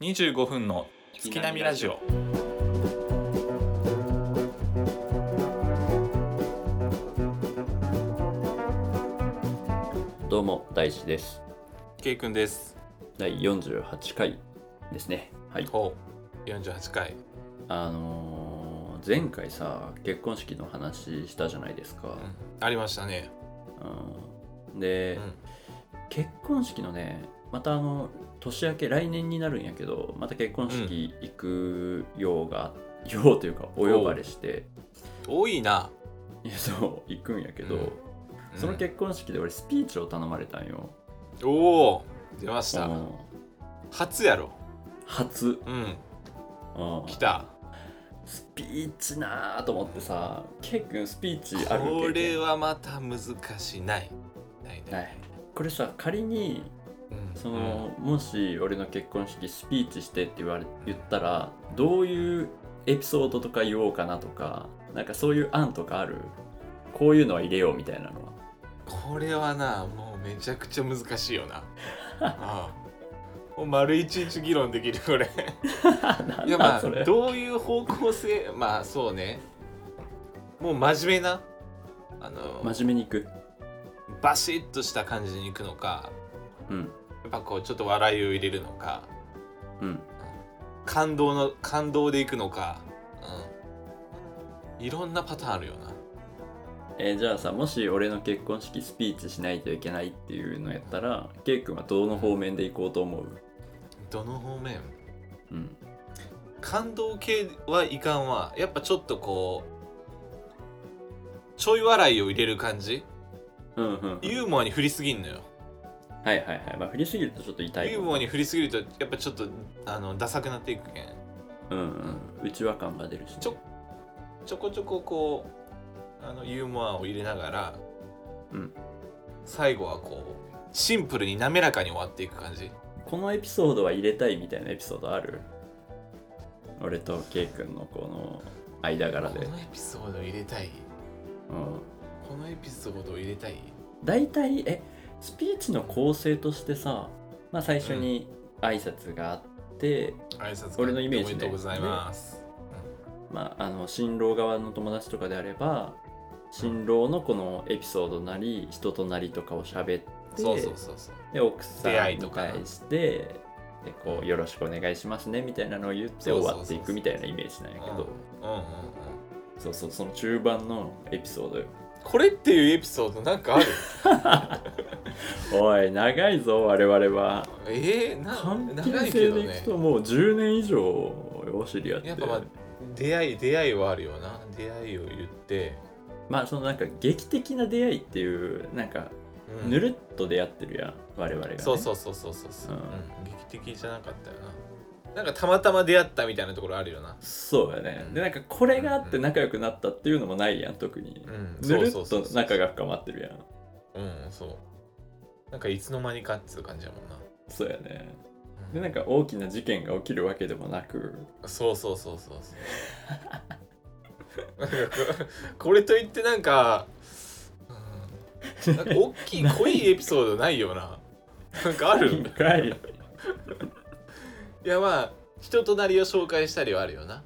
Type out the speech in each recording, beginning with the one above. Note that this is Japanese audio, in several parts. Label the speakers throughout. Speaker 1: 25分の月並みラジオ。
Speaker 2: どうも大地です
Speaker 3: ケイくんです。
Speaker 2: 第48回ですねはい
Speaker 3: ほう。48回。
Speaker 2: あのー前回さ結婚式の話したじゃないですか
Speaker 3: う、ん、ありましたね。
Speaker 2: うんで、
Speaker 3: う
Speaker 2: 結婚式のねまたあの年明け来年になるんやけどまた結婚式行くようが、ようというかお呼ばれして
Speaker 3: ん、多いな。
Speaker 2: いやそう行くんやけど、
Speaker 3: うん
Speaker 2: その結婚式で俺スピーチを頼まれたんよ、
Speaker 3: うんおお出ました
Speaker 2: う。ん
Speaker 3: 初やろ。
Speaker 2: 初、
Speaker 3: うん。
Speaker 2: うん
Speaker 3: 来た。
Speaker 2: スピーチなーと思ってさケイ君スピーチある
Speaker 3: こ
Speaker 2: 経
Speaker 3: れ
Speaker 2: 験
Speaker 3: はまた難しい。ない。ないね。
Speaker 2: ないこれさ仮に
Speaker 3: うん、
Speaker 2: その、もし俺の結婚式スピーチしてって言われ言ったらどういうエピソードとか言おうかなとかなんかそういう案とかあるこういうのは入れようみたいなのは
Speaker 3: うんこれはな、もうめちゃくちゃ難しいよ な。ああもう丸一日議論できる、これ。
Speaker 2: ない
Speaker 3: や
Speaker 2: ん
Speaker 3: ま
Speaker 2: だ
Speaker 3: あ
Speaker 2: それ、
Speaker 3: どういう方向性、まあそうね。もう真面目な。あの、
Speaker 2: 真面目にいく
Speaker 3: バシッとした感じに行くのか、
Speaker 2: うん
Speaker 3: やっぱこうちょっと笑いを入れるのか
Speaker 2: うん
Speaker 3: 感動の感動でいくのか、うん、いろんなパターンあるよな
Speaker 2: えーじゃあさもし俺の結婚式スピーチしないといけないっていうのやったらケイ君はどの方面で行こうと思う
Speaker 3: どの方面
Speaker 2: うん
Speaker 3: 感動系はいかんわやっぱちょっとこうちょい笑いを入れる感じ
Speaker 2: うんうんうん
Speaker 3: ユーモアに振りすぎんのよ
Speaker 2: はいはいはい。まあ、振りすぎるとちょっと痛い。
Speaker 3: ユーモアに振りすぎるとやっぱちょっとあのダサくなっていくけん
Speaker 2: うんうん。うちわ感が出るし、ね。
Speaker 3: ちょちょこちょここうあのユーモアを入れながら、
Speaker 2: うん
Speaker 3: 最後はこうシンプルに滑らかに終わっていく感じ
Speaker 2: このエピソードは入れたいみたいなエピソードある俺とケイ君のこの間柄
Speaker 3: こ
Speaker 2: で。
Speaker 3: のエピソードを入れたい
Speaker 2: うん。
Speaker 3: このエピソードを入れたい
Speaker 2: 大体、え、スピーチの構成としてさ、まあ最初に挨拶があって、
Speaker 3: 挨拶から
Speaker 2: 俺のイメー
Speaker 3: おめ
Speaker 2: ジね
Speaker 3: でとうございます、
Speaker 2: まあ、あの新郎側の友達とかであれば、新郎のこのエピソードなり人となりとかを喋って
Speaker 3: そうそうそうそう
Speaker 2: で奥さ
Speaker 3: 出会
Speaker 2: ん
Speaker 3: い
Speaker 2: に
Speaker 3: とか
Speaker 2: 対してでこうよろしくお願いしますねみたいなのを言って
Speaker 3: そうそう
Speaker 2: 終
Speaker 3: そう
Speaker 2: わっていくみたいなイメージなんやけど
Speaker 3: うんうんうん
Speaker 2: そうそうその中盤のエピソー ドよ
Speaker 3: これっていうエピソードなんかあ る
Speaker 2: おい長いぞ我々は
Speaker 3: えー、な
Speaker 2: 関
Speaker 3: 長
Speaker 2: 係
Speaker 3: いけ
Speaker 2: 性
Speaker 3: ど
Speaker 2: でいく
Speaker 3: ね
Speaker 2: ともう10年以上お知り合って
Speaker 3: やっぱまあ出会い出会いはあるよな出会いを言って、
Speaker 2: まあそのなんか劇的な出会いっていうなんか
Speaker 3: うん
Speaker 2: ぬるっと出会ってるやん我々がね
Speaker 3: そうそうそうそうそうそう、
Speaker 2: うん
Speaker 3: うん劇的じゃなかったよななんかたまたま出会ったみたいなところあるよな
Speaker 2: そうやねでなんかこれがあって仲良くなったっていうのもないやん特に
Speaker 3: うん
Speaker 2: ぬるっ
Speaker 3: そうそうそう
Speaker 2: と
Speaker 3: そう
Speaker 2: 仲が深まってるやん
Speaker 3: うんそうなんかいつの間にかっつう感じやもんな
Speaker 2: そうやね
Speaker 3: う
Speaker 2: でなんか大きな事件が起きるわけでもなく
Speaker 3: そうそうそうそうそうなんかここれといってなんか,、うん、なんか大きい濃いエピソードないよななんかあ
Speaker 2: いいん
Speaker 3: る
Speaker 2: かい
Speaker 3: いやまあ人となりを紹介したりはあるよな、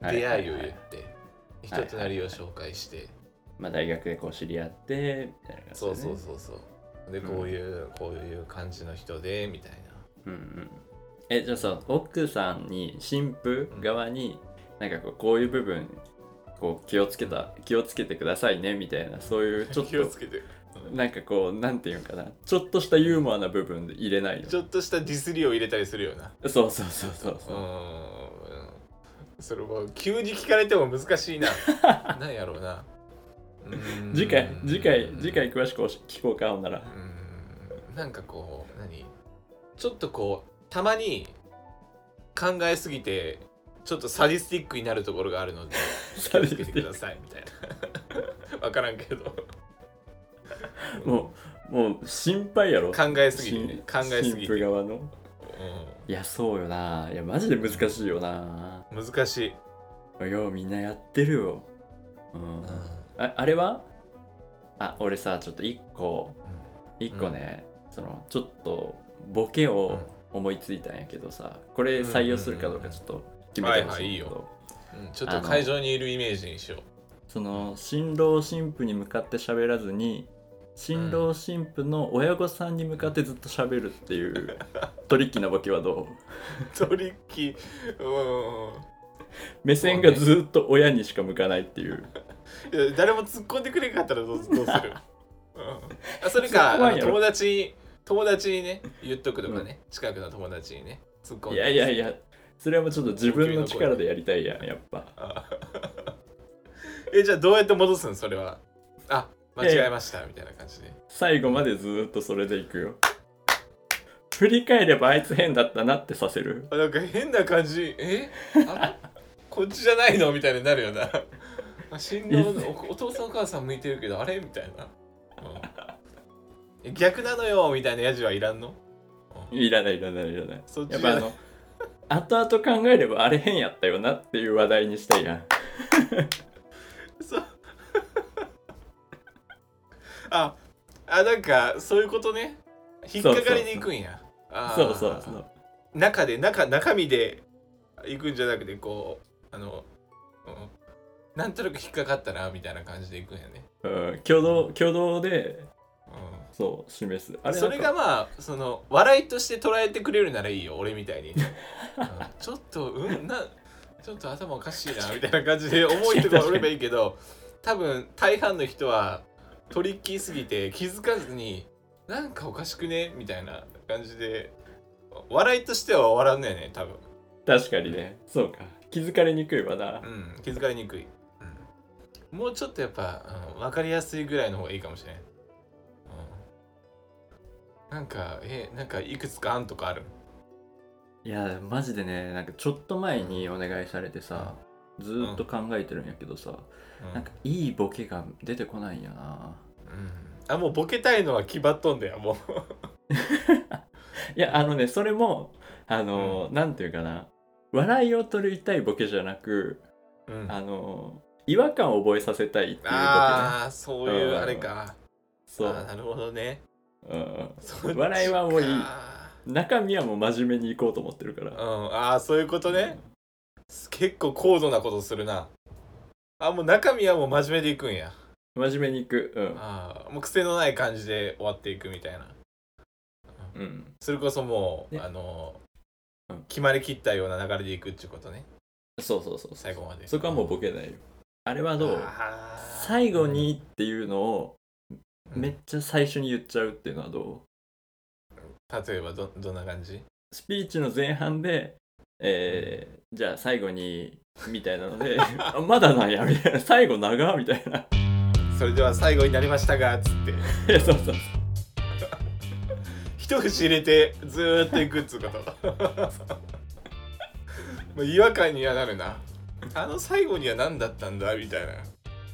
Speaker 2: はいはいはい
Speaker 3: 出会いを言って人となりを紹介して、
Speaker 2: まあ大学でこう知り合ってみたいな感じ、
Speaker 3: そ
Speaker 2: ね、
Speaker 3: うそうそうそうで
Speaker 2: うん
Speaker 3: こういう、こういう感じの人でみたい な
Speaker 2: うんうんえじゃあさ奥さんに新婦側に、なんかこうこういう部分こう気をつけた気をつけてくださいねみたいなそういうちょっ
Speaker 3: 気をつ
Speaker 2: と
Speaker 3: けて
Speaker 2: なんかこうなんていうんかなちょっとしたユーモアな部分で入れないの
Speaker 3: ちょっとしたディスりを入れたりするよな
Speaker 2: そうそうそうそう
Speaker 3: う
Speaker 2: そう、
Speaker 3: んそれも急に聞かれても難しい ななんやろうなうん
Speaker 2: 次回次回次回詳しくおし聞こうかほんなら
Speaker 3: うんなんかこう何ちょっとこうたまに考えすぎてちょっとサディスティックになるところがあるので気をつけてくださいみたいな わからんけど
Speaker 2: もうもう心配やろ
Speaker 3: 考えすぎてね考えすぎ
Speaker 2: 新婦
Speaker 3: て、
Speaker 2: 側のいやそうよないやマジで難しいよな
Speaker 3: うん、難しい、
Speaker 2: ようみんなやってるようんああれはあ俺さちょっと一個一個ね、そのちょっとボケを思いついたんやけどさこれ採用するかどうかちょっと決めてほしいんだけど、
Speaker 3: はいはいいいようんちょっと会場にいるイメージにしよ
Speaker 2: その新郎新婦に向かって喋らずに新郎新婦の親御さんに向かってずっと喋るっていう トリッキーなボケはどう
Speaker 3: う。トリッキー、う
Speaker 2: 目線がずっと親にしか向かないっていうん
Speaker 3: いや。誰も突っ込んでくれなかったらどうどうす る、うん、あそれ
Speaker 2: そ
Speaker 3: か、あ
Speaker 2: こは
Speaker 3: の
Speaker 2: やろ
Speaker 3: 友達に、友達にね、言っとくとかね、近くの友達にね、突っ込ん
Speaker 2: い
Speaker 3: で。
Speaker 2: やいやいやそれはもうちょっと自分の力でやりたいやんやっぱ
Speaker 3: あ。え、じゃあどうやって戻すんそれは。あ、間違えました、みたいな感じで。
Speaker 2: 最後までずっとそれでいくよ振り返ればあいつ変だったなってさせる
Speaker 3: あなんか変な感じえ あこっちじゃないのみたいになるよ なあ新郎のおお父さんお母さん向いてるけどあれみたいな、うんえ逆なのよみたいなやじはいらんの
Speaker 2: いらないいらないいらない
Speaker 3: そっち
Speaker 2: やっ
Speaker 3: じ
Speaker 2: ぱ
Speaker 3: ゃ
Speaker 2: あ
Speaker 3: ない
Speaker 2: の後々考えればあれ変やったよなっていう話題にしたいやん
Speaker 3: そうああなんかそういうことね引っかかりに行くんやあー
Speaker 2: そうそうそう
Speaker 3: 中で中中身で行くんじゃなくてこうあの、うん、なんとなく引っかかったなみたいな感じで行くんやね、
Speaker 2: うん挙動挙動で
Speaker 3: うん
Speaker 2: そう示すあれ
Speaker 3: それがまあその笑いとして捉えてくれるならいいよ俺みたいに、う んちょっとうんなちょっと頭おかしいなみたいな感じで思いとかおればいいけど多分大半の人はトリッキーすぎて気づかずになんかおかしくねみたいな感じで笑いとしては笑うんだよね多分
Speaker 2: 確かにねそうか気づかれにくいわな
Speaker 3: うん気づかれにくい、うんもうちょっとやっぱ、うん、分かりやすいぐらいの方がいいかもしれん、うん、なんかえなんかいくつか案とかある
Speaker 2: いやマジでねなんかちょっと前にお願いされてさずーっと考えてるんやけどさ、
Speaker 3: うん
Speaker 2: なんかいいボケが出てこないんやな
Speaker 3: あもうボケたいのは決まっとんだよもう
Speaker 2: いやあのねそれもあのー、なんていうかな笑いを取りたいボケじゃなく、
Speaker 3: うん、
Speaker 2: あのー違和感を覚えさせたいっていうボケね
Speaker 3: ああそういう
Speaker 2: うん
Speaker 3: あれか、
Speaker 2: そ
Speaker 3: あー
Speaker 2: う、
Speaker 3: なるほどね
Speaker 2: うん、
Speaker 3: そっち
Speaker 2: 笑いはもういい
Speaker 3: か
Speaker 2: 中身はもう真面目にいこうと思ってるか
Speaker 3: うん
Speaker 2: ら
Speaker 3: ああそういうことね、結構高度なことするなあもう中身はもう真面目でいくんや
Speaker 2: 真面目にいくう、
Speaker 3: ああもう癖のない感じで終わっていくみたいなん
Speaker 2: うん、
Speaker 3: それこそもう、
Speaker 2: ね
Speaker 3: あの
Speaker 2: うん
Speaker 3: 決まりきったような流れでいくっていうことね
Speaker 2: そうそうそう
Speaker 3: 最後まで
Speaker 2: そこはもうボケないよあれはどう
Speaker 3: あー
Speaker 2: 最後にっていうのを
Speaker 3: うん
Speaker 2: めっちゃ最初に言っちゃうっていうのはど
Speaker 3: 例えばどどんな感じ
Speaker 2: うスピーチの前半でえー、じゃあ最後にみたいなの であまだなんやみたいな最後長みたいな
Speaker 3: それでは最後になりましたがつって
Speaker 2: いやそうそうそう
Speaker 3: 一節入れてずーっといくっつうこと もう違和感にはなるなあの最後には何だったんだみたいな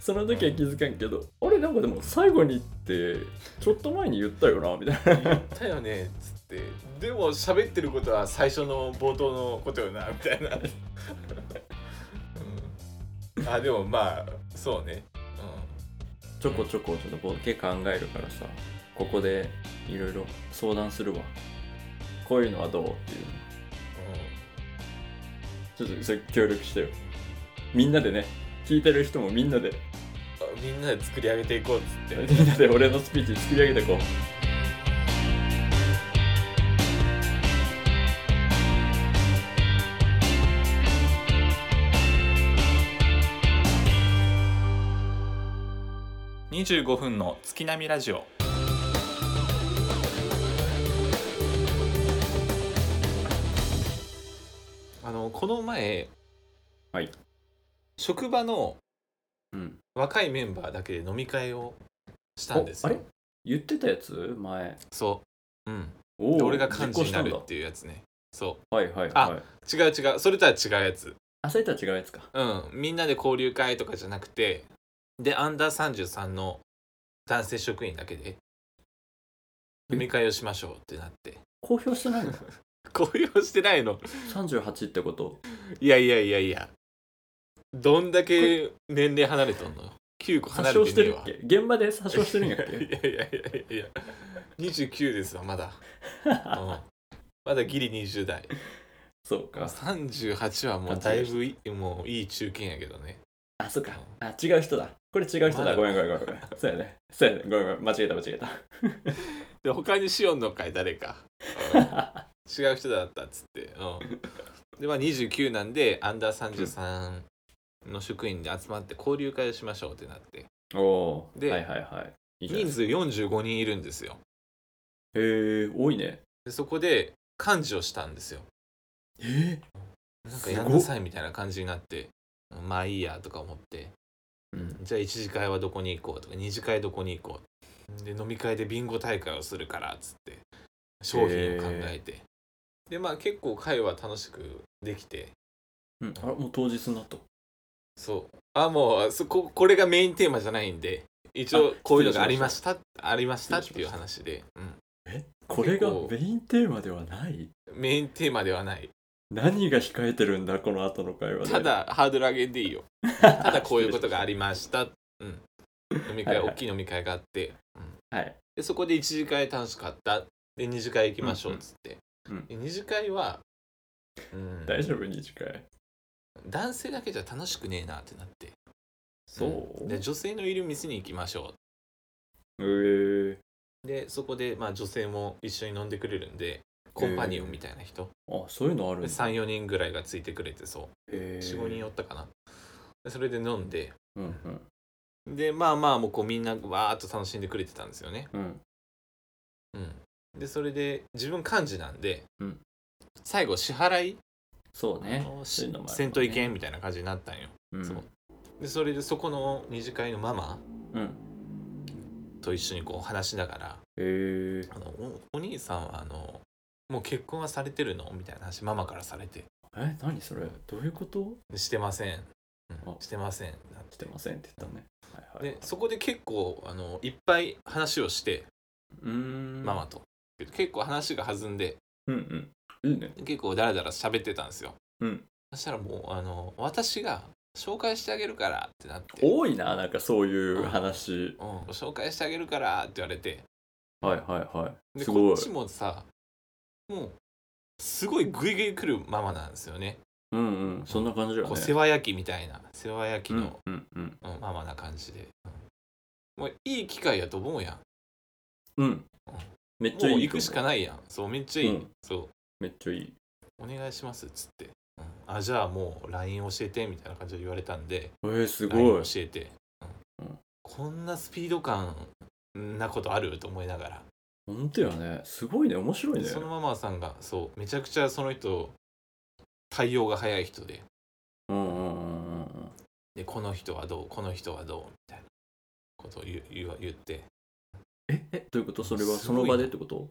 Speaker 2: その時は気づかんけどあれなんかでも最後にってちょっと前に言ったよなみたいな
Speaker 3: だよねっつってでも喋ってることは最初の冒頭のことよなみたいな、うん、あでもまあそうね、
Speaker 2: ちょこちょこちょっとボケ考えるからさここでいろいろ相談するわこういうのはどうっていうちょっとそれ協力してよみんなでね聞いてる人もみん なで
Speaker 3: うんうん、あみんなで作り上げていこうっつって
Speaker 2: みんなで俺のスピーチ作り上げてこう
Speaker 1: 25分の月並みラジオ
Speaker 3: あのこの前
Speaker 2: はい
Speaker 3: 職場の
Speaker 2: うん
Speaker 3: 若いメンバーだけで飲み会をしたんですよ
Speaker 2: おあれ言ってたやつ前
Speaker 3: そううん
Speaker 2: お
Speaker 3: で
Speaker 2: ー
Speaker 3: 俺が幹事
Speaker 2: 実行
Speaker 3: に
Speaker 2: した
Speaker 3: なんる
Speaker 2: だ
Speaker 3: っていうやつねそ
Speaker 2: はいはいはい
Speaker 3: あう違う違うそれとは違うやつ
Speaker 2: あそれとは違うやつか
Speaker 3: うんみんなで交流会とかじゃなくてでアンダー33の男性職員だけで
Speaker 2: え
Speaker 3: 飲み会をしましょうってなって
Speaker 2: 公表してないの
Speaker 3: 公表してないの
Speaker 2: 38ってこと
Speaker 3: いやいやいやいやどんだけ年齢離れとんの9個離
Speaker 2: 殺
Speaker 3: れ
Speaker 2: 傷
Speaker 3: て
Speaker 2: して
Speaker 3: ねえ
Speaker 2: る
Speaker 3: わ
Speaker 2: っけ現場で殺 傷してるんやっ
Speaker 3: いやいやいやいやいや29ですわまだ、
Speaker 2: け
Speaker 3: うんまだギリ20代
Speaker 2: そうか
Speaker 3: 38はもうだいぶいもういい中堅やけどね
Speaker 2: あそっかあ違う人だこれ違う人だごめんごめんごめんごめんそうやねそうやねごめんごめん間違えた間違えた
Speaker 3: で他にシオンの会誰か、 うん違う人だったっつって、うん、でまあ29なんでアンダー33の職員で集まって交流会をしましょうってなって
Speaker 2: おおー
Speaker 3: で
Speaker 2: はいはいはいいいじゃない
Speaker 3: 人数45人いるんですよ
Speaker 2: へえ多いね
Speaker 3: でそこで幹事をしたんですよ
Speaker 2: え
Speaker 3: なんかやんなさいみたいな感じになってまあいいやとか思って
Speaker 2: うん
Speaker 3: じゃあ一次会はどこに行こうとか二次会どこに行こうで飲み会でビンゴ大会をするからっつって商品を考えて、でまあ結構会は楽しくできて
Speaker 2: うんあもう当日になった
Speaker 3: そうあもうそここれがメインテーマじゃないんで一応こういうのがありましたありましたっていう話で、
Speaker 2: これが
Speaker 3: 結構
Speaker 2: メインテーマではない
Speaker 3: うん、メインテーマではない
Speaker 2: 何が控えてるんだこの後の会話で
Speaker 3: ただハードル上げんでいいよただこういうことがありました、うん、飲み会
Speaker 2: はいはい
Speaker 3: 大きい飲み会があって、うん
Speaker 2: はい
Speaker 3: でそこで1次会楽しかったで2次会行きましょうっつって、
Speaker 2: うんうん
Speaker 3: で二次会は、うん、
Speaker 2: 大丈夫二次会
Speaker 3: 男性だけじゃ楽しくねえなってなって
Speaker 2: そう、
Speaker 3: で女性のいる店に行きましょ
Speaker 2: えー、
Speaker 3: うでそこで、まあ、女性も一緒に飲んでくれるんでコンパニオンみたいな人、
Speaker 2: あそういうのあるん
Speaker 3: で
Speaker 2: だ
Speaker 3: 34人ぐらいがついてくれてそ
Speaker 2: へ
Speaker 3: う
Speaker 2: ー
Speaker 3: 45人寄ったかなでそれで飲んで
Speaker 2: うんうん
Speaker 3: でまあまあもうこうみんなわーっと楽しんでくれてたんですよね
Speaker 2: うん
Speaker 3: うん、でそれで自分幹事なんで、
Speaker 2: うん
Speaker 3: 最後支払い
Speaker 2: そうね
Speaker 3: を
Speaker 2: そうい
Speaker 3: し
Speaker 2: うのもあるもんね
Speaker 3: せんといけんみたいな感じになったんよ
Speaker 2: うん
Speaker 3: そうでそれでそこの二次会のママ
Speaker 2: うん
Speaker 3: と一緒にこう話しながら
Speaker 2: へえー
Speaker 3: 「あのおお兄さんはあのもう結婚はされてるの?」みたいな話ママからされて
Speaker 2: え何それどういうこと
Speaker 3: 「でしてません、うん
Speaker 2: あ
Speaker 3: してません」なっ
Speaker 2: して
Speaker 3: て
Speaker 2: ませんって言ったねはいはい
Speaker 3: でそこで結構あのいっぱい話をして
Speaker 2: うーん
Speaker 3: ママと、けど結構話が弾んで
Speaker 2: うんうんいいね
Speaker 3: 結構ダラダラ喋ってたんですよ、
Speaker 2: うん
Speaker 3: そしたらもうあの私が紹介してあげるからってなって、
Speaker 2: 多いななんかそういう話
Speaker 3: うん、紹介してあげるからって言われて
Speaker 2: はいはいは
Speaker 3: で
Speaker 2: いすご
Speaker 3: こ
Speaker 2: い
Speaker 3: っちもさもうすごいグイグイ来るママなんですよね
Speaker 2: うんうんそんな感じよね
Speaker 3: こう世話焼きみたいな世話焼きの、
Speaker 2: うんうん
Speaker 3: うんママな感じで、うんもういい機会やと思うやん
Speaker 2: うんうんめっちゃ
Speaker 3: もう
Speaker 2: いいと思う
Speaker 3: 行くしかないやんそうめっちゃいい、
Speaker 2: うん
Speaker 3: そ
Speaker 2: めっちゃいいう
Speaker 3: お願いしますっつって、うんあじゃあもう LINE 教えてみたいな感じで言われたんで
Speaker 2: えー、す
Speaker 3: ライン
Speaker 2: ごい
Speaker 3: 教えて、うん
Speaker 2: うん
Speaker 3: こんなスピード感なことあると思いながら、
Speaker 2: 本当やねすごいね面白いね
Speaker 3: そのママさんがそうめちゃくちゃその人対応が早い人で
Speaker 2: うんうんうんうんうん
Speaker 3: でこの人はどうこの人はどうみたいなことを言う言う言って
Speaker 2: ええどういうことそれは
Speaker 3: す
Speaker 2: そ
Speaker 3: ごいな
Speaker 2: の場でってこと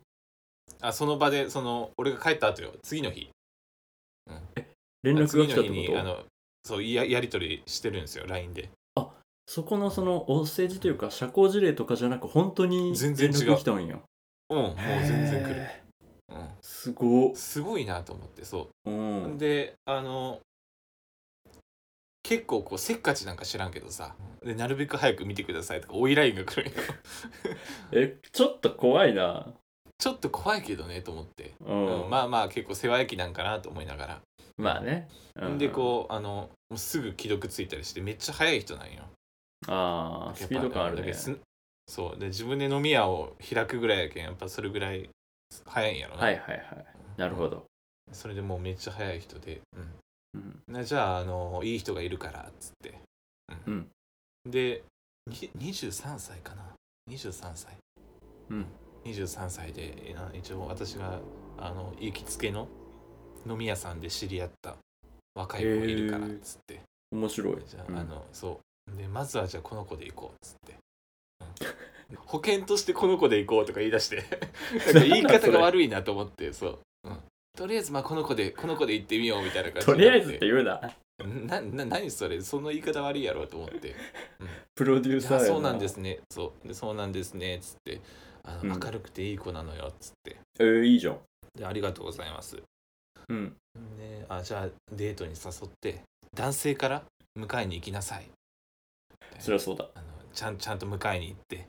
Speaker 3: あその場でその俺が帰った後よ次の日
Speaker 2: 連絡が来た
Speaker 3: 次の
Speaker 2: って
Speaker 3: 日
Speaker 2: こ
Speaker 3: に
Speaker 2: と
Speaker 3: あのそうややり取りしてるんですよ LINE で
Speaker 2: そこのそのお世辞というか社交辞令とかじゃなく本当に
Speaker 3: 全然違う
Speaker 2: 連絡来たんやも
Speaker 3: うんもう全然来る、うん、
Speaker 2: すごっ
Speaker 3: すごいなと思ってそう
Speaker 2: うん
Speaker 3: であの結構こうせっかちなんか知らんけどさでなるべく早く見てくださいとかお依頼が来るんよ
Speaker 2: えちょっと怖いな
Speaker 3: ちょっと怖いけどねと思って、
Speaker 2: うん、
Speaker 3: うんまあまあ結構世話焼きなんかなと思いなが
Speaker 2: まあね、
Speaker 3: ら、
Speaker 2: うん
Speaker 3: でこうあのもうすぐ既読ついたりしてめっちゃ早い人なんよ
Speaker 2: ああスピード感ある
Speaker 3: やっ
Speaker 2: ね
Speaker 3: ぱだけどすそうで自分で飲み屋を開くぐらいやけんやっぱそれぐらい早いんやろな、
Speaker 2: はいはいはいなるほど、
Speaker 3: それでもうめっちゃ早い人で、うん、
Speaker 2: うん、
Speaker 3: なじゃああのいい人がいるからっつって、
Speaker 2: うん
Speaker 3: でに23歳かな23歳
Speaker 2: うん
Speaker 3: 23歳でえな一応私があの行きつけの飲み屋さんで知り合った若い子がいるからっつって、
Speaker 2: 面白い
Speaker 3: じゃあ,、
Speaker 2: うん
Speaker 3: あのそうでまずはじゃあこの子で行こうっつって、うん 保険としてこの子で行こうとか言い出して なんか言い方が悪いなと思ってそう、うんとりあえずまあこの子でこの子で行ってみようみたいな感じ
Speaker 2: と
Speaker 3: にな
Speaker 2: りあえずって言うな
Speaker 3: なな何それその言い方悪いやろと思って
Speaker 2: プロデュ
Speaker 3: 「
Speaker 2: ー
Speaker 3: い
Speaker 2: サー
Speaker 3: や
Speaker 2: やな
Speaker 3: そうなんですねそうでそうなんですね」つってあの、
Speaker 2: うん
Speaker 3: 明るくていい子なのよ」つって
Speaker 2: えー、いいじゃん
Speaker 3: で「ありがとうございます」
Speaker 2: うん
Speaker 3: であじゃあデートに誘って男性から迎えに行きなさい
Speaker 2: そりゃそうだ
Speaker 3: あのちゃんちゃんと迎えに行って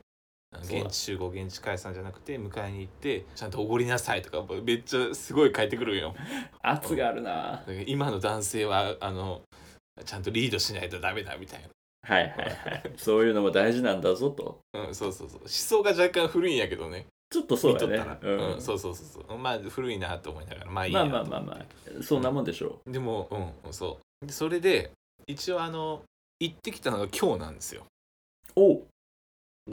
Speaker 2: そうだ
Speaker 3: 現地集合現地解散じゃなくて迎えに行ってちゃんとおごりなさいとかめっちゃすごい返ってくるんよ
Speaker 2: 圧があるな
Speaker 3: だから今の男性はあのちゃんとリードしないとダメだみたい
Speaker 2: はいはいはいそういうのも大事なんだぞと
Speaker 3: な、うん、そうそうそう思想が若干古いんやけどね
Speaker 2: ちょっとそうだ
Speaker 3: 見と
Speaker 2: ね
Speaker 3: ったら、
Speaker 2: うん
Speaker 3: うんそうそうそうそうまあ古いなと思いながらまあいい
Speaker 2: ま
Speaker 3: や
Speaker 2: あまあまあまあそんなもんでしょ
Speaker 3: でもうんそうでそれで一応あの行ってきたのが今日なんですよ
Speaker 2: うお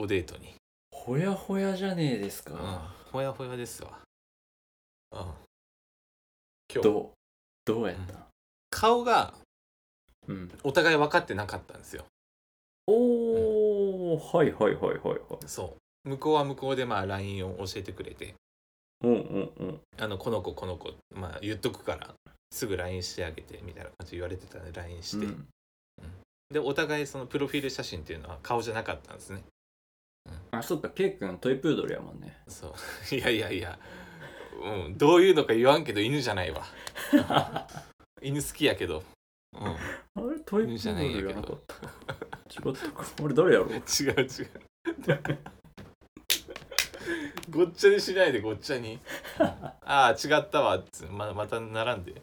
Speaker 3: おデートに
Speaker 2: ほやほやじゃねえです
Speaker 3: うん
Speaker 2: か、
Speaker 3: ほやほやですわうん今日
Speaker 2: どうどうやった、
Speaker 3: 顔が
Speaker 2: うん
Speaker 3: お互い分かってなかったんですよ
Speaker 2: おお、はいはいはいはいはい
Speaker 3: そう向こうは向こうでまあ LINE を教えてくれて
Speaker 2: うんうんうん
Speaker 3: あのこの子この子、まあ、言っとくからすぐ LINE してあげてみたいな感じで言われてたんで LINE して、
Speaker 2: うん
Speaker 3: でお互いそのプロフィール写真っていうのは顔じゃなかったんですね
Speaker 2: あそっかケイ君トイプードルやもん ね
Speaker 3: そういやいやいや、うん、どういうのか言わんけど犬じゃないわ
Speaker 2: あ
Speaker 3: 犬好きやけど、うん、
Speaker 2: れトイプードルやなかった違ったか俺 誰やろう
Speaker 3: 違う違うごっちゃにしないでごっちゃ にああ違ったわっつままた並んで,、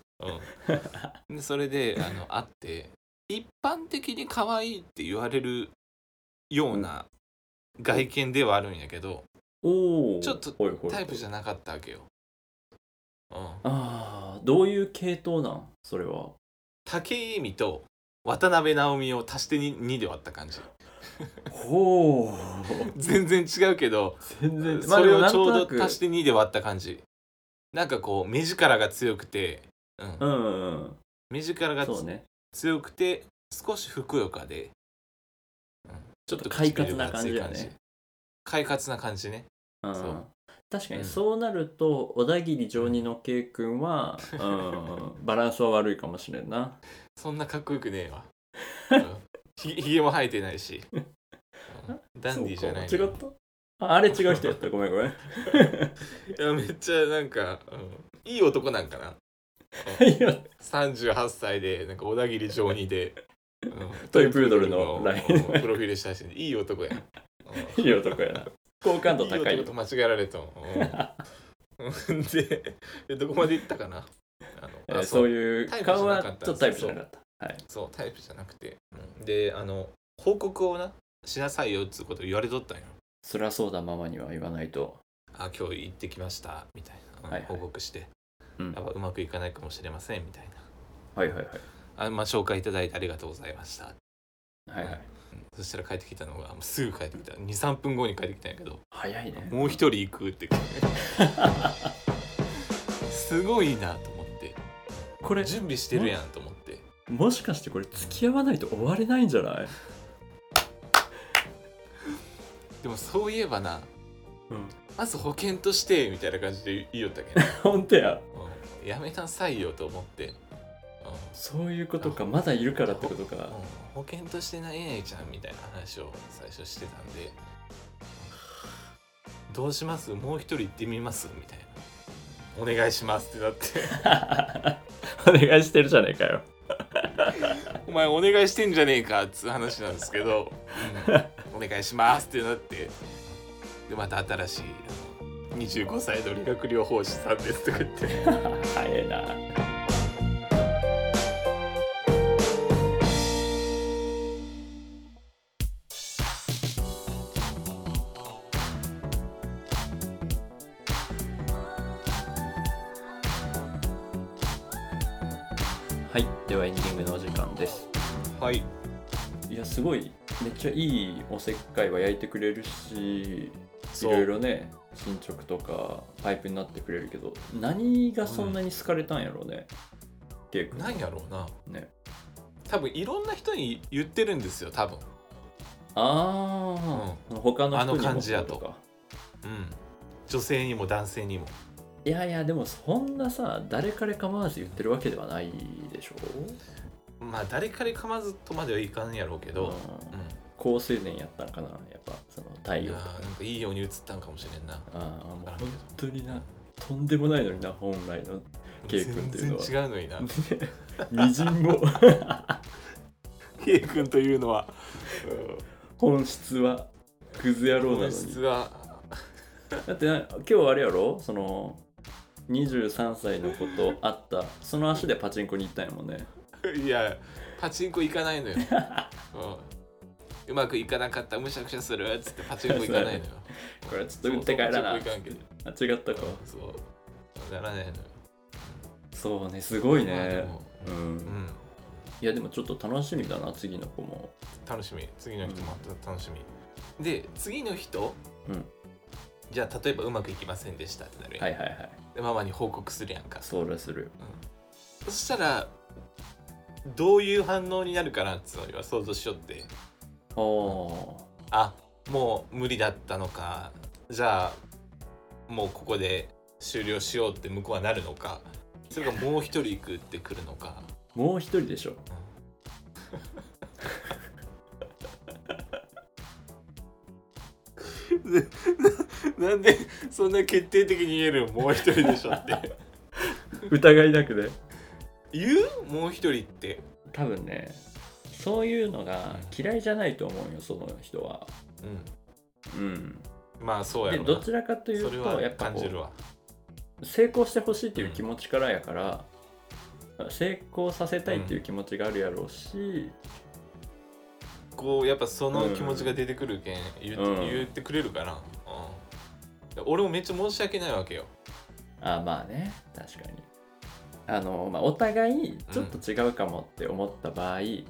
Speaker 3: うん、でそれであの会って一般的に可愛いって言われるような外見ではあるんやけど、
Speaker 2: おお
Speaker 3: ちょっと
Speaker 2: ほいほい
Speaker 3: タイプじゃ
Speaker 2: ん
Speaker 3: なかったわけよ、うん、
Speaker 2: ああどういう系統なんそれは
Speaker 3: 武井美と渡辺直美を足して 2, 2で割った感じ
Speaker 2: ほう
Speaker 3: 全然違うけど
Speaker 2: 全然ま あ
Speaker 3: それ
Speaker 2: でも
Speaker 3: を
Speaker 2: なん
Speaker 3: ちょ
Speaker 2: とな
Speaker 3: う
Speaker 2: く
Speaker 3: ど足して2で割った感じなんかこう目力が強くて、うん
Speaker 2: うんうんうん
Speaker 3: 目力がつ
Speaker 2: そうね
Speaker 3: 強くて少しふくよかで、うんちょっと
Speaker 2: 快活
Speaker 3: 唇が
Speaker 2: な
Speaker 3: 厚
Speaker 2: 感じ
Speaker 3: い
Speaker 2: だ
Speaker 3: 感じ
Speaker 2: ね
Speaker 3: 快活な感じね
Speaker 2: うん
Speaker 3: そう
Speaker 2: 確か
Speaker 3: う
Speaker 2: に
Speaker 3: ん
Speaker 2: そうなると、小田切上二の圭君 は、うん、バランスは悪いかもしれんな
Speaker 3: そんなかっこよくねえ わ、うんひひげも生えてないし、うんダンディーじゃないの
Speaker 2: そうか違ったああれ違う人やったごめん ごめん
Speaker 3: いやめっちゃなんか、うんいい男なんかない
Speaker 2: や
Speaker 3: 38歳でなんか小田切上二 で、うん
Speaker 2: トイプードルのライン
Speaker 3: うんプロフィール写真いい男や、うん
Speaker 2: いい男やな好感度高
Speaker 3: い
Speaker 2: い
Speaker 3: い男と間違えられたもん、うん ででどこまで行ったか なあの
Speaker 2: え
Speaker 3: あ
Speaker 2: ー
Speaker 3: そ
Speaker 2: そう
Speaker 3: う
Speaker 2: いう
Speaker 3: タイプじゃ
Speaker 2: 顔
Speaker 3: な
Speaker 2: は
Speaker 3: かった
Speaker 2: ちょっとタイプじゃなかったはい
Speaker 3: そうタイプじゃなくて、うんであの報告をなしなさいよっつうこと言われとったんよ
Speaker 2: そりゃそうだママには言わないと
Speaker 3: あ今日行ってきましたみたいな、うん
Speaker 2: はいはい
Speaker 3: 報告して、
Speaker 2: うん
Speaker 3: やっぱうまくいかないかもしれませんみたいな
Speaker 2: はいはいはい
Speaker 3: あまあ、紹介いただいてありがとうございました、
Speaker 2: はいはい
Speaker 3: うんそしたら帰ってきたのがもうすぐ帰ってきた23分後に帰ってきたんやけど
Speaker 2: 早いね
Speaker 3: もう一人行くってすごいなと思って
Speaker 2: これ
Speaker 3: 準備してるやんと思って
Speaker 2: もしかしてこれ付き合わないと終われないんじゃない、
Speaker 3: でもそういえばな
Speaker 2: うん、
Speaker 3: まず保険としてみたいな感じで言いよったけど、
Speaker 2: 本当や
Speaker 3: うんやめなさいよと思って、うん
Speaker 2: そういうことかまだいるからってことか
Speaker 3: うん保険としてないえちゃんみたいな話を最初してたんでどうしますもう一人行ってみますみたいなお願いしますってなって
Speaker 2: お願いしてるじゃねえかよ
Speaker 3: お前お願いしてんじゃねえかっつう話なんですけ ど、うんお願いしますってなってでまた新しいあの25歳の理学療法士さんですとか言って
Speaker 2: 早いなはいではエンディングのお時間です
Speaker 3: はい
Speaker 2: いやすごいめっちゃいいおせっかいは焼いてくれるしい
Speaker 3: そう
Speaker 2: ろいろね進捗とかパイプになってくれるけど何がそんなに好かれたんやろうね、ケイ君
Speaker 3: なんやろうな
Speaker 2: ね
Speaker 3: 多分いろんな人に言ってるんですよ多分
Speaker 2: ああ、他の人にも
Speaker 3: あの感じやと
Speaker 2: そうか
Speaker 3: うん女性にも男性にも
Speaker 2: いやいやでもそんなさ誰彼構わず言ってるわけではないでしょ
Speaker 3: まあ誰彼構わずとまではいかんやろうけど、うん
Speaker 2: ん高青年やったんかなやっぱその太
Speaker 3: い
Speaker 2: 陽
Speaker 3: や
Speaker 2: とか
Speaker 3: ーなんかいいように映ったんかもしれんな
Speaker 2: ああもう
Speaker 3: わからんけ
Speaker 2: 本
Speaker 3: ど
Speaker 2: 当になとんでもないのにな本 来の ケイ君っていうのは
Speaker 3: 全然違うのにな
Speaker 2: みじんも
Speaker 3: ケイ君というのは、
Speaker 2: 本質はクズ野郎なの
Speaker 3: 本
Speaker 2: に
Speaker 3: 質が
Speaker 2: だってな今日あれやろその23歳の子と会ったその足でパチンコに行ったんやもんね
Speaker 3: いやパチンコ行かないのよ、うんうまくいかなかったむしゃくしゃするっつってパチンコ行か ないのよ
Speaker 2: これちょっと打って帰らな
Speaker 3: そうそうパチンコ
Speaker 2: あ
Speaker 3: 行かんけど
Speaker 2: 違ったか
Speaker 3: そうならないのよ
Speaker 2: そうねすごい
Speaker 3: まあで
Speaker 2: ね
Speaker 3: も
Speaker 2: うん
Speaker 3: うん
Speaker 2: いやでもちょっと楽しみだな次の子も
Speaker 3: 楽しみ次の人もまた楽しみ、で次の人、
Speaker 2: うん
Speaker 3: じゃあ例えばうまくいきませんでしたってなるやん、
Speaker 2: はいはいはい
Speaker 3: でママに報告するやんか
Speaker 2: それする
Speaker 3: そしたらどういう反応になるかなっつうのを今想像しよって
Speaker 2: あー
Speaker 3: あもう無理だったのかじゃあもうここで終了しようって向こうはなるのかそれかもう一人行くってくるのか
Speaker 2: もう一人でしょ
Speaker 3: なんでそんな決定的に言えるもう一人でしょって
Speaker 2: 疑いなくで
Speaker 3: 言うもう一人って
Speaker 2: 多分ねそういうのが嫌いじゃないと思うよその人は
Speaker 3: う
Speaker 2: うん
Speaker 3: んまあそうや
Speaker 2: で
Speaker 3: ろう
Speaker 2: どちらかとい
Speaker 3: そうれ
Speaker 2: と
Speaker 3: は
Speaker 2: やっぱ
Speaker 3: 感
Speaker 2: こ
Speaker 3: じ
Speaker 2: う
Speaker 3: るわ
Speaker 2: 成功してほしいっていう気持ちからやから、成功させたいっていう気持ちがあるやろうし、
Speaker 3: こうやっぱその気持ちが出てくるけん言,、
Speaker 2: うん
Speaker 3: 言ってくれるかな、うんで俺もめっちゃ申し訳ないわけよ
Speaker 2: あまあね確かにあの、まあ、お互いちょっと違うかもって思った場合、
Speaker 3: うん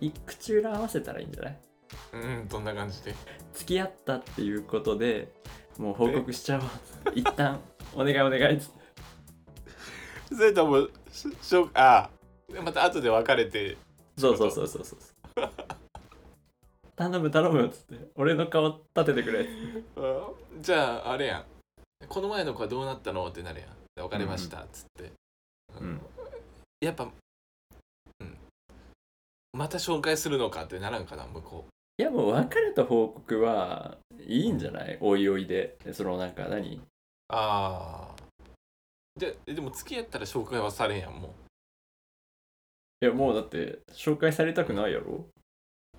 Speaker 2: い口裏合わせたらいいんじゃない
Speaker 3: うんどんな感じで
Speaker 2: 付き合ったっていうことでもう報告しちゃおう一旦お願いお願いっつって
Speaker 3: それともししょああまた後で別れて
Speaker 2: そうそうそうそうそう頼む頼むっつって俺の顔立ててくれっつって
Speaker 3: あじゃああれやんこの前の子はどうなったのってなるやんで別れましたっつって、
Speaker 2: うん
Speaker 3: やっぱうんまた紹介するのかってならんかな向こ
Speaker 2: いやもう別れた報告はいいんじゃないおいおいでそのなんか何
Speaker 3: うああででも付き合ったら紹介はされんやんもう
Speaker 2: いやもうだって紹介されたくないやろ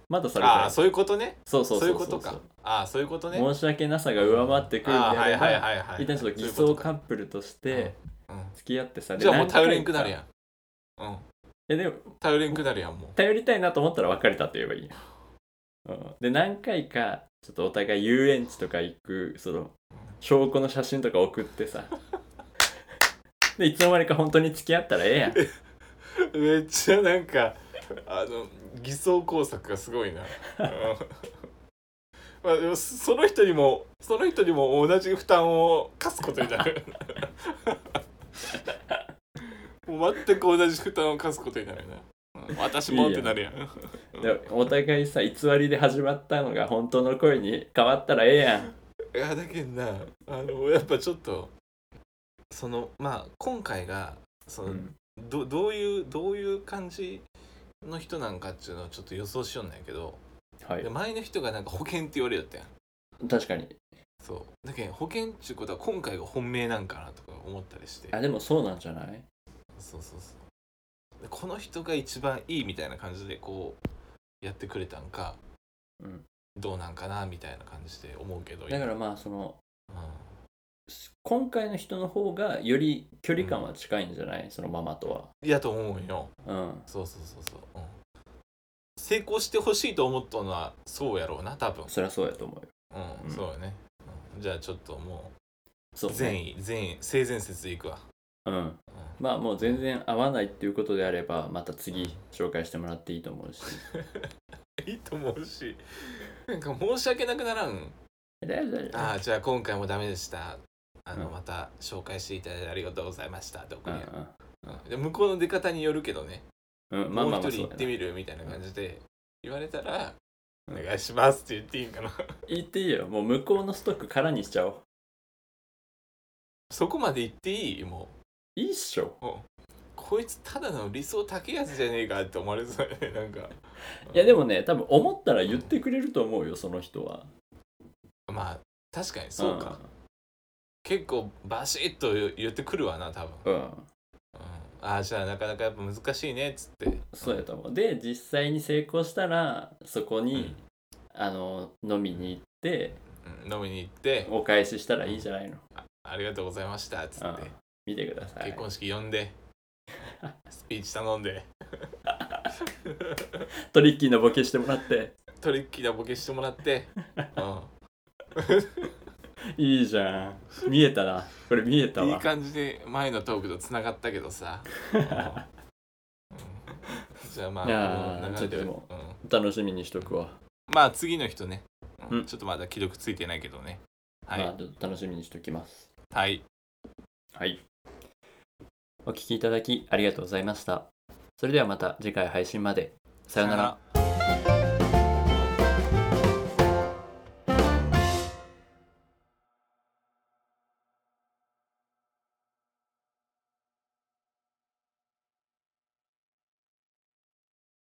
Speaker 2: まだされた
Speaker 3: あ
Speaker 2: い
Speaker 3: あそういうことね
Speaker 2: そう
Speaker 3: そう
Speaker 2: そ
Speaker 3: う
Speaker 2: そう
Speaker 3: いうことかああそういうことね
Speaker 2: 申し訳なさが上回ってくるん
Speaker 3: ああ
Speaker 2: であ
Speaker 3: はいは
Speaker 2: れ
Speaker 3: い
Speaker 2: ば
Speaker 3: はいはい
Speaker 2: 一旦ちょっと偽
Speaker 3: そういう
Speaker 2: 装
Speaker 3: こ
Speaker 2: カップルとして
Speaker 3: とか
Speaker 2: 付き合ってさ
Speaker 3: うん
Speaker 2: で
Speaker 3: じゃあもう頼れんく
Speaker 2: 何回か
Speaker 3: なるやんうん
Speaker 2: いやでも
Speaker 3: 頼れんくなるやんもう
Speaker 2: 頼りたいなと思ったら別れたって言えばいいや、うん、で何回かちょっとお互い遊園地とか行くその証拠の写真とか送って さでいつの間にか本当に付き合ったらええやん
Speaker 3: めっちゃなんかあの偽装工作がすごいな。 うんまあ、でもその人にもその人にも同じ負担を課すことにな る。もう全く同じ負担を課すことになるな。うん私もってなるやん。
Speaker 2: でお互いさ偽りで始まったのが本当の恋に変わったらええやん
Speaker 3: いやだけどなあのやっぱちょっとそのまあ今回がその、
Speaker 2: うん
Speaker 3: どどういうどういう感じの人なんかっていうのをちょっと予想しようんだけど。
Speaker 2: は
Speaker 3: で
Speaker 2: い
Speaker 3: 前の人がなんか保険って言われよったやん
Speaker 2: 確かに
Speaker 3: そうだけど保険っちゅうことは今回が本命なんかなとか思ったりして
Speaker 2: あでもそうなんじゃない
Speaker 3: そうそうそうでこの人が一番いいみたいな感じでこうやってくれたんか
Speaker 2: うん
Speaker 3: どうなんかなみたいな感じで思うけど、
Speaker 2: だかららまあその
Speaker 3: うん
Speaker 2: 今回の人の方がより距離感は近いんじゃない、そのママと
Speaker 3: いやと思うよ
Speaker 2: はうん
Speaker 3: そうそうそうそう、うん、成功してほしいと思ったのはそうやろうな多分
Speaker 2: そりゃそうやと思うよ
Speaker 3: うん、
Speaker 2: うん
Speaker 3: そうやね、うんじゃあちょっとも
Speaker 2: そうう
Speaker 3: 善意善意性善説でいくわ、
Speaker 2: うん
Speaker 3: うん
Speaker 2: まあもう全然合わないっていうことであればまた次紹介してもらっていいと思 うし
Speaker 3: いいと思うしなんか申し訳なくならん
Speaker 2: 大丈夫大丈
Speaker 3: ああじゃあ今回もダメでしたあの、
Speaker 2: うん
Speaker 3: また紹介していただいてありがとうございましたどこ
Speaker 2: 夫
Speaker 3: に、うんで向こうの出方によるけどね、
Speaker 2: うんうんまあ
Speaker 3: も
Speaker 2: まあま
Speaker 3: う
Speaker 2: あ
Speaker 3: 一
Speaker 2: そ
Speaker 3: 人行
Speaker 2: うや
Speaker 3: っ
Speaker 2: な
Speaker 3: てみるみたいな感じで言われたら、
Speaker 2: うん
Speaker 3: お願いしますって言っていいんかな
Speaker 2: 言っていいよもう向こうのストック空にしちゃおう
Speaker 3: そこまで言っていいも
Speaker 2: いいっしょ
Speaker 3: うもうこいつただの理想高いやつじゃねえかって思われそうやね なんか
Speaker 2: いやでもね多分思ったら言ってくれると思うよその人は
Speaker 3: まあ確かにそうか、結構バシッと言ってくるわな多分、
Speaker 2: うん、うん
Speaker 3: うん、ああじゃあなかなかやっぱ難しいねっつって
Speaker 2: そうやと思うで実際に成功したらそこに、あの飲みに行って
Speaker 3: うん飲みに行って
Speaker 2: お返ししたらいいじゃないの
Speaker 3: ありがとうございましたっつって
Speaker 2: うん見てください
Speaker 3: 結婚式呼ん でスピーチ頼んで
Speaker 2: トリッキーなボケしてもらって
Speaker 3: トリッキーなボケしてもら って、うん
Speaker 2: いいじゃん見えたなこれ見えたわ
Speaker 3: いい感じで前のトークとつながったけどさ、うんうんじゃあまあ
Speaker 2: いや
Speaker 3: こ
Speaker 2: ー
Speaker 3: の流れ
Speaker 2: ちょっと
Speaker 3: で
Speaker 2: でも
Speaker 3: うん
Speaker 2: 楽しみにしとくわ、
Speaker 3: まあ次の人ね、うん
Speaker 2: うん
Speaker 3: ちょっとまだ記録ついてないけどねはい、
Speaker 2: まあちょっと楽しみにしときます
Speaker 3: はい
Speaker 2: はい。お聞きいただきありがとうございました。それではまた次回配信まで。さようなら。